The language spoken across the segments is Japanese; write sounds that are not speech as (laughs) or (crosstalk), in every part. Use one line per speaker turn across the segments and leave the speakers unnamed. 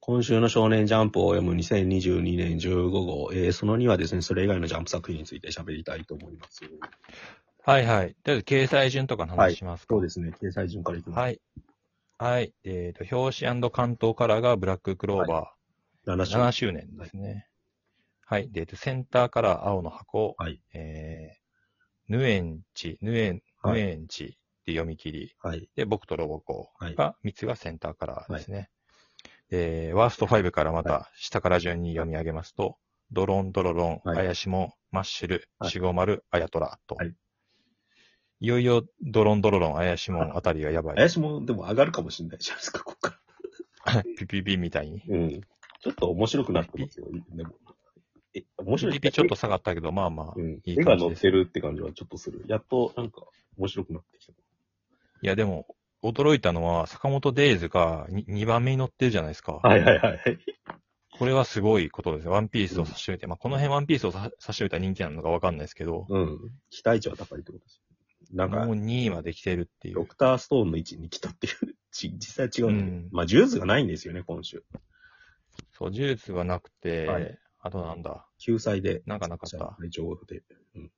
今週の少年ジャンプを読む2022年15号、えーその2はですね、それ以外のジャンプ作品について喋りたいと思います。
はいはい。とりあえず、掲載順とかの話しますか。
そうですね、掲載順からいきます。
はい。はい。えっ、と、表紙関東カラーがブラッククローバ
7
ー
章
7周年ですね。はい。で、えーとセンターカラー青の箱、
はい
えー、ヌエンチ、ヌエン、
はい
ヌエンチで読み切り。
はい。
で、僕とロボコ
はい
が、3つがセンターカラーですね。で、ワースト5からまた下から順に読み上げますと、ドロンドロロン、
はい
アヤシモ、マッシュル、
はい
シゴマル、アヤトラと。
はい
い、よいよドロンドロロン、アヤシモ
はい
ンあたりがやばい。
林もでも上がるかもしれないじゃないですか、ここか
(laughs) ピピピみたいに。
ら。うん。ちょっと面白くなってますよ、でも。え、面
ピ
白い。
ピピちょっと下がったけど、まあまあ。
う
い
ん。
い
絵が載
感じ
っ
です
てるって感じはちょっとする。やっとなんか面白くなってきた。
や、でも、驚いたのは、坂本デイズが 2, 番目に乗ってるじゃないですか。
はいはいはい。
これはすごいことですね。ワンピースを差し置いて、まあ、この辺ワンピースを差差し置いたら人気なのかわかんないですけど、
うん。期待値は高いってことです。なんか
もう、2位まで来てるってい
ド
う。
クターストーンの位置に来たっていう。 (laughs) ち実際違うんだけど。
うん
まあ、ジュースがないんですよね、今週。
そう、呪術がなくて、
はい
あとなんだ、
救済で。
なんかなかった。
会長で。うん。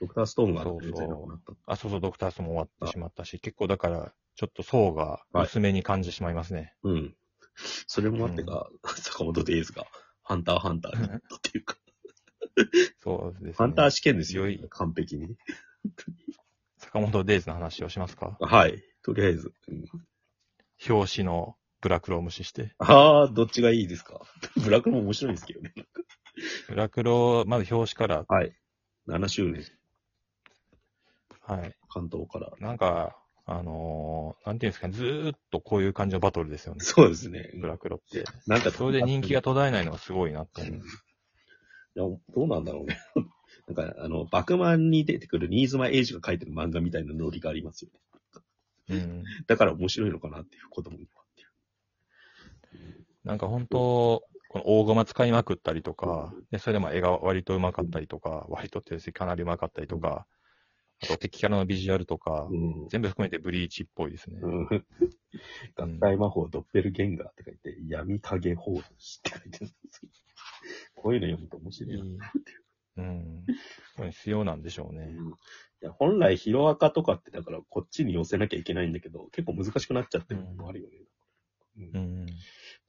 ドクターストーンが全然なくなった。
あ、そうそう、ドクタースも終わってしまったし、結構だから、ちょっと層が薄めに感じてしまいますね。
うん。それもあってか、坂本デイズが、ハンターハンターになったっていうか、
(laughs) そうですね。
ハンター試験ですよ
良い、
完璧に。
坂本デイズの話をしますか
はい。とりあえず。うん
表紙のブラクロを無視して。
ああ、どっちがいいですか。 (laughs) ブラックも面白いんですけどね。
ブラクロ、まず表紙か
はい。7周年、
ら、はい。
関東から。
なんか、あのーなんていうんですかね、ずーっとこういう感じのバトルですよね。
そうですね。
ブラクロって。
なんか、
それで人気が途絶えないのがすごいなって思う。
いや、どうなんだろうね。 (laughs) なんか、あの、バクマンに出てくる新妻英二が書いてる漫画みたいなノリがありますよね。
うん。
だから面白いのかなっていう子供にはっていう。
なんか本当、この大駒使いまくったりとか、でそれでも絵が割とうまかったりとか、割とってかなりうまかったりとか、あと敵キャラのビジュアルとか、全部含めてブリーチっぽいですね。
うん。うん。合体魔法ドッペルゲンガーって書いて、闇影法師って書いてるんですよ。こういうの読むと面白いな。
いいうん。これ必要なんでしょうね。
うんいや本来、ヒロアカとかって、だからこっちに寄せなきゃいけないんだけど、結構難しくなっちゃってるのもあるよね。うん
う
だか
ん。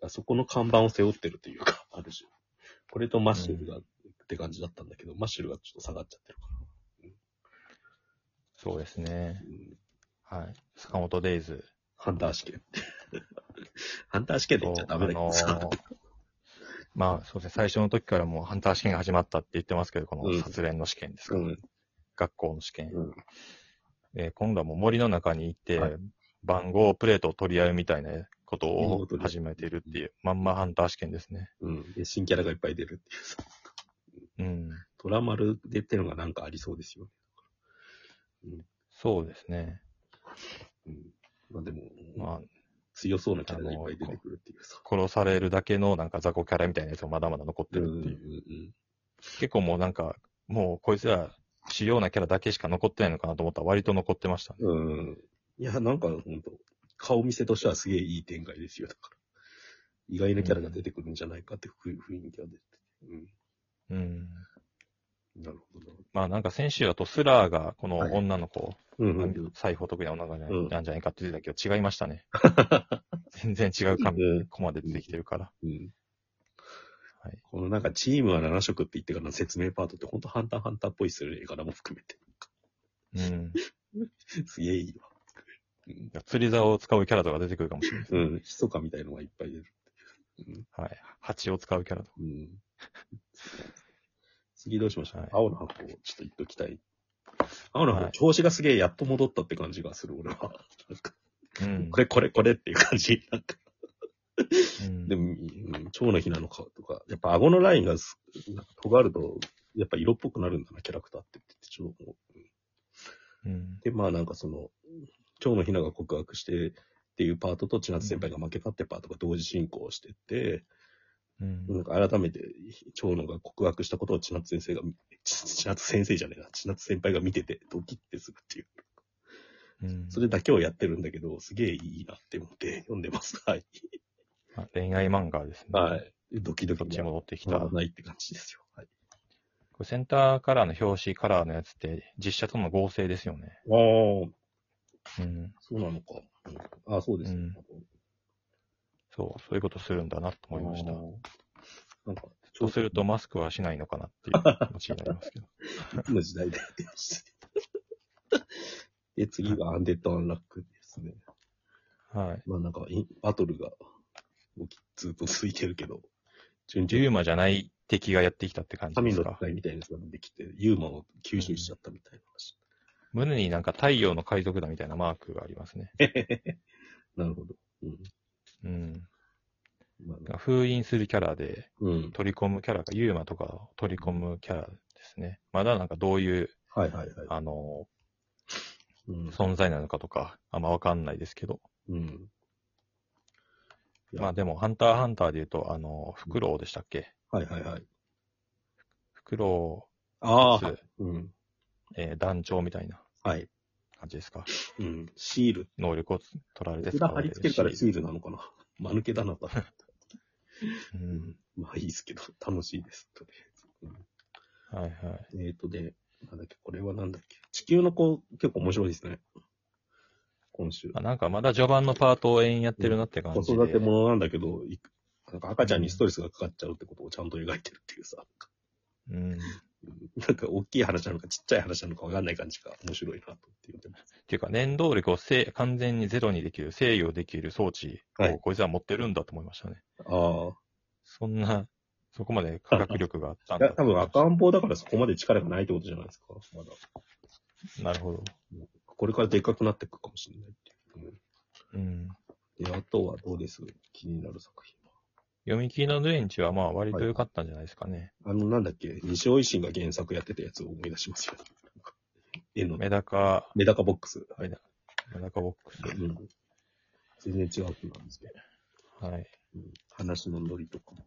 らそこの看板を背負ってるというか、ある種。これとマッシュルが、って感じだったんだけど、マッシュルがちょっと下がっちゃってるか
そうですね
ら。。うん
はい。坂本デイズ。
ハンター試験。ハンター試験で言っちゃダメだけど
あ
さ。
のーまあ、そうですね。最初の時からもうハンター試験が始まったって言ってますけど、こ
う
の
ん
殺練の試験ですか、
うん。
学校の試験。
うん
えー今度はもう森の中に行って、
はい
番号プレートを取り合うみたいなこと
見
を
事です
始めてるっていう、まんまハンター試験ですね。
うん。で、新キャラがいっぱい出るっていうさ。
うん。
トラマルでってのがなんかありそうですよ。
そうですね。
うん。まあでも、
まあ、
強そうなキャラがいっぱい出てくるっていうさ。
殺されるだけのなんか雑魚キャラみたいなやつもまだまだ残って
うんうん
る
う
っていう。
ん。
結構もうなんか、もうこいつら、主要なキャラだけしか残ってないのかなと思ったら割と残ってましたね。
うん。いや、なんかほんと、顔見せとしてはすげえいい展開ですよ、だから。意外なキャラが出てくるんじゃないかってふ雰囲気は出てて。
うん。
うん。なるほどな。
まあなんか先週だとスラーがこの女の子、
うんうん。
裁縫得意な女がね
うん
なんじゃないかって言ってたけど違いまし
(laughs)
たね。全然違う紙、
うん
コマで出てきてるから。
うん
はい
このなんかチームは7色って言ってからの説明パートって本当ハンターハンターっぽいする絵柄も含めて。 (laughs)
うん。
すげえいいわ。
釣り竿を使うキャラとか出てくるかもしれないです。
うん。ひそかみたいのがいっぱい出る。
(laughs) はい。蜂を使うキャラとか。
うん。次どうしましょう、
はい
青の箱をちょっと言っときたい。青の箱、
はい
調子がすげえやっと戻ったって感じがする、俺は。なんか
うん。
(laughs) これこれこれっていう感じ。なんか
うん
でも、うん、蝶のひなの顔とか、やっぱ顎のラインがすなんか尖ると、やっぱ色っぽくなるんだな、キャラクターってってちょっと思う。
うん。
で、まあなんかその、蝶のひなが告白してっていうパートと千夏先輩が負けたってパートが同時進行してて、
うん
なんか改めて蝶野が告白したことを千夏先生が、ち千夏先生じゃねえな、千夏先輩が見ててドキッてするっていう。
うん
それだけをやってるんだけど、すげえいいなって思って読んでます。はい。
まあ恋愛漫画ですね。。
はいい。ドキド
こっち
キ
に
も
戻ってき
止ま
た。
ら
こ
ないって感じですよ。はい、
れセンターカラーの表紙カラーのやつって、実写との合成ですよね。
ああ、
うん。
そうなのか。ああ、そうですね。
うんそう、そういうことするんだなと思いました
あー。なんか、
そうするとマスクはしないのかなっていう気持ちになりますけど。
いつの時代でやって (laughs) ましたね。で、次がアンデッド・アンラックですね。 (laughs)
はい。
まあなんかイン、バトルが起きずっと続いてるけど、順々
ユーマじゃない敵がやってきたって感じで
神
す
の
か。
使いみたいなやつが出てきて、ユーマを吸収しちゃったみたいな話。
胸になんか太陽の海賊団みたいなマークがありますね。
なるほど。うん。
うん。
まあ、
封印するキャラで
うん。
取り込むキャラがユーマとかを取り込むキャラですね。まだなんかどういう、
はいはいはい。
あの、
うん。
存在なのかとか、あんまわかんないですけど。
うん。いや
まあでも、ハンターハンターで言うと、あの、フクロウでしたっけ
はいはいはい。
フクロ
あ
ウ
あ。
初、
うん。
えー団長みたいな
はい。
感じですか。
うん。シール。
能力を取られて
裏貼り付けるからシ
し
ールなのかな。間抜けだな、と。
うん。
まあいいですけど、楽しいです。とりあ
はいはい。
えず。えっ、とで、なんだっけ、これはなんだっけ。地球の子、結構面白いですね。今週。
まあ、なんかまだ序盤のパートを永遠やってるなって感
子
じで。
育てものなんだけど、いなんか赤ちゃんにストレスがかかっちゃうってことをちゃんと描いてるっていうさ、 (laughs)
うん。っ
なんか大きい話なのかちっちゃい話なのかわかんない感じが面白いなと思って読んでます。
ていうか、念動力を制完全にゼロにできる、制御できる装置
は
を
い
こいつは持ってるんだと思いましたね。
あ
そんな、そこまで科学力があったん
あ。い
だ
や、多分赤ん坊だからそこまで力がないってことじゃないですか。まだ。
なるほど。
これからでかくなっていくかもしれないっていう。
うん。
うんで、あとはどうです気になる作品は。
読み切りのレンチはまあ割と良かったんじゃないですかね。
あの、なんだっけ、西尾維新が原作やってたやつを思い出しますよ。絵の、
メダカ、
メダカボックス。
メダメダカボックス。
うん、全然違う人なんですけど、
はい。
うん話のノリとかも。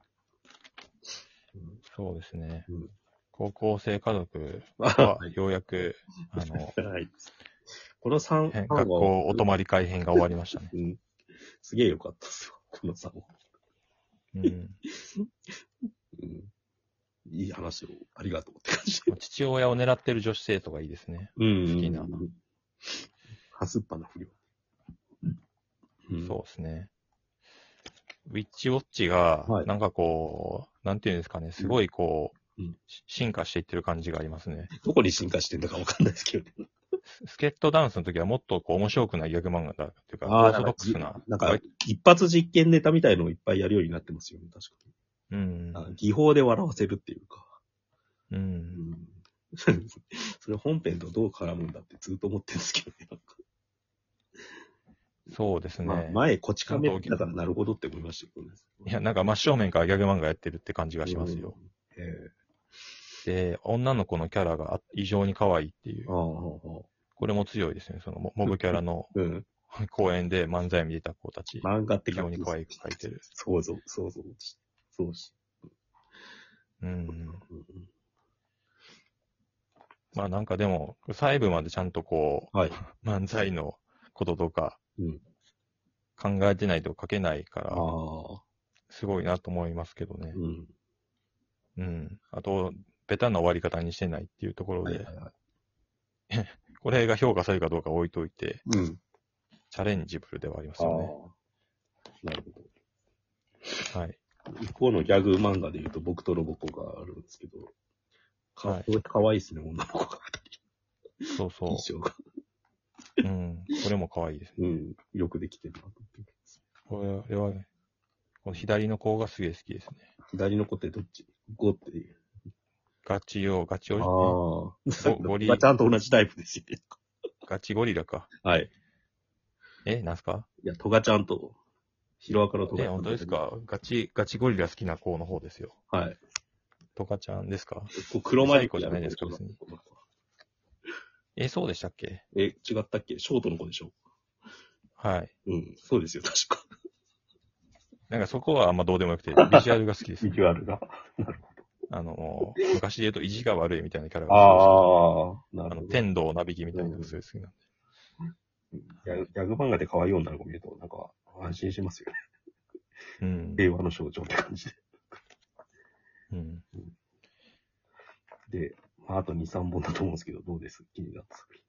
そうですね。
うん
高校生家族
うん、は
はようやく、あ
(laughs)
の、
い。この3
変
班
学
は、
校お泊まり会編が終わりましたね。
うん、すげえ良かったですよ、この3は。
うん。
うん、いい話をありがとうって感じ。
父親を狙ってる女子生徒がいいですね。
うん
好きな。
はすっぱな不良。うん
そうですね。ウィッチウォッチが
は、い
なんかこう、なんていうんですかね、すごいこ
う
う、
ん
し進化していってる感じがありますね。
どこに進化してんだかわかんないですけどね。
ススケットダンスの時はもっとこう面白くないギャグ漫画だっていうか、オ
あー
ーソドックスな。
なんか、一発実験ネタみたいのをいっぱいやるようになってますよね、確かに。
うん。
あ技法で笑わせるっていうか。
う。
うんん、 (laughs) それ本編とどう絡むんだってずっと思ってるんですけどね。なんか
そうですね。
まあ、前、こち亀だからなるほどって思いましたけどね。
いや、なんか真正面からギャグ漫画やってるって感じがしますよ。
うん。へえ
で、女の子のキャラがあ異常に可愛いっていう
あ。あああ、ああ
これも強いですね。そのモモブキャラの (laughs)
うん。
公演で漫才見てた子たち。
漫画って
非常に可愛く描いてる。
想像、想像し。そうし。
うん。
うん
まあなんかでも、細部までちゃんとこ
はい。
う、漫才のこととか
うん、
考えてないと書けないか
あ
ら、
あ。
すごいなと思いますけどね
う。ん。
うん。あと、ベタな終わり方にしてないっていうところ
はい
で
は、いは
これが評価されるかどうか置いといて、
い。うん。
チャレンジブルではありま
あ
す
あ
よね。。
なるほど。
はい。
一方のギャグ漫画で言うと、僕とロボコがあるんですけど、か,、
はい
かわいいですね、女の子が
そうそう
衣。装が。
うん。これも可愛いですね。
うん、よくできてるなと思ってます。
これは、この左の子がすげえ好きですね。
左の子ってどっちゴっていう。
ガチよ、ガチ
ああ
よ、
ー。
ゴリ
(laughs) まあちゃんと同じタイプですよね。
ガチゴリラか。
はい。
え、なんすか
いや、トガちゃんと、ヒロアカのトガ
え、
ちゃん。
本当ですかガチ、ガチゴリラ好きな子の方ですよ。
はい。
トカちゃんですか
こう黒マジッ
最高
ク
じゃない
やる
ですか別に
この子
え、そうでしたっけ
え、違ったっけショートの子でしょ
はい。
うん、そうですよ、確か。
なんかそこはあんまどうでもよくて、ビジュアルが好きです、ね。
ュアルが。
あの、もう昔で言うと意地が悪いみたいなキャラが好
ああ、な
きです。あ
る
の、
ほど。
天道なびきみたいなのがすごい好きなんで。
ギャグギャグ漫画で可愛い女の子見ると、なんか、安心しますよね。
うん。
平和の象徴って感じで。
うん。
で、まあ、あと2、3本だと思うんですけど、どうです気になった作品。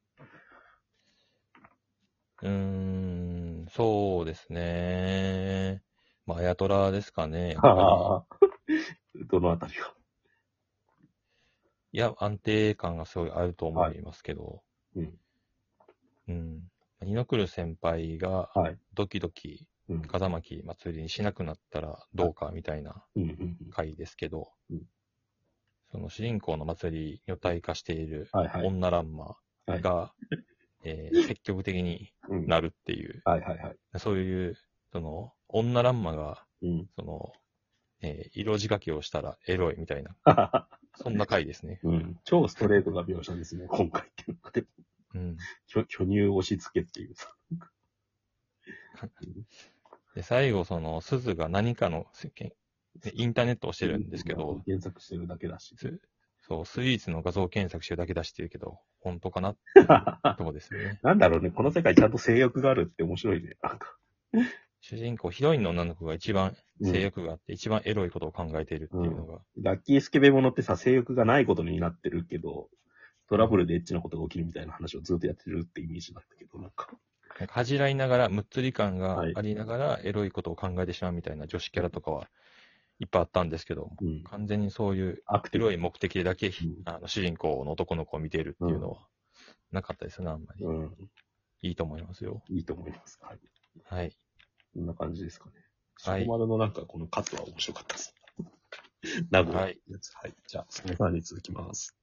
うーん、そうですね。まあ、あやとらですかね。やっぱり
ああ、 (laughs) どのあたりが。
いや、安定感がすごいあると思いますけど。
はいうん
うん。ニノクル先輩が
はい、
ドキドキ
うん。
風巻祭りにしなくなったらどうかみたいな
うんうんうん
回ですけど、
うん
その主人公の祭りに体化している
はいはい。
女ランマが、えー積極的に
うん
なるっていう、
はいはいはい。
そういう、その、女ランマが、
うん。
その、えー色仕掛けをしたらエロいみたいな、そんな回ですね。
うん、 (laughs) 超ストレートな描写ですね、今回っていうので。
うん。
巨巨乳押し付けっていうさ。
で、最後、その、鈴が何かの、せけんインターネットをしてるんですけど、
原作してるだけだし。。
すそう、スイーツの画像検索してるだけ出してるけど、本当かなってとこですよね
(laughs) なんだろうね、この世界ちゃんと性欲があるって面白いね。なんか。
主人公、ヒロインの女の子が一番
うん
性欲があって、一番エロいことを考えているっていうのが、
ラッキースケベモノってさ、性欲がないことになってるけど、トラブルでエッチなことが起きるみたいな話をずっとやってるってイメージなんだけど、なんか。
なんか恥じらいながら、むっつり感が
はい
ありながら、エロいことを考えてしまうみたいな女子キャラとかはいっぱいあったんですけど、
うん。
完全にそういう
アク
エ
ティ
ロ
ブ。
い目的でだけひ、
うん
あの主人公の男の子を見ているっていうのは、なかったですね、あんまり。
うん。
いいと思いますよ。
いいと思います。はい。
はい。
こんな感じですかね。
は
はいい。丸のなんかこの (laughs) カットは面白かったです。名古屋のやつ。はい。じゃあ、その間に続きます。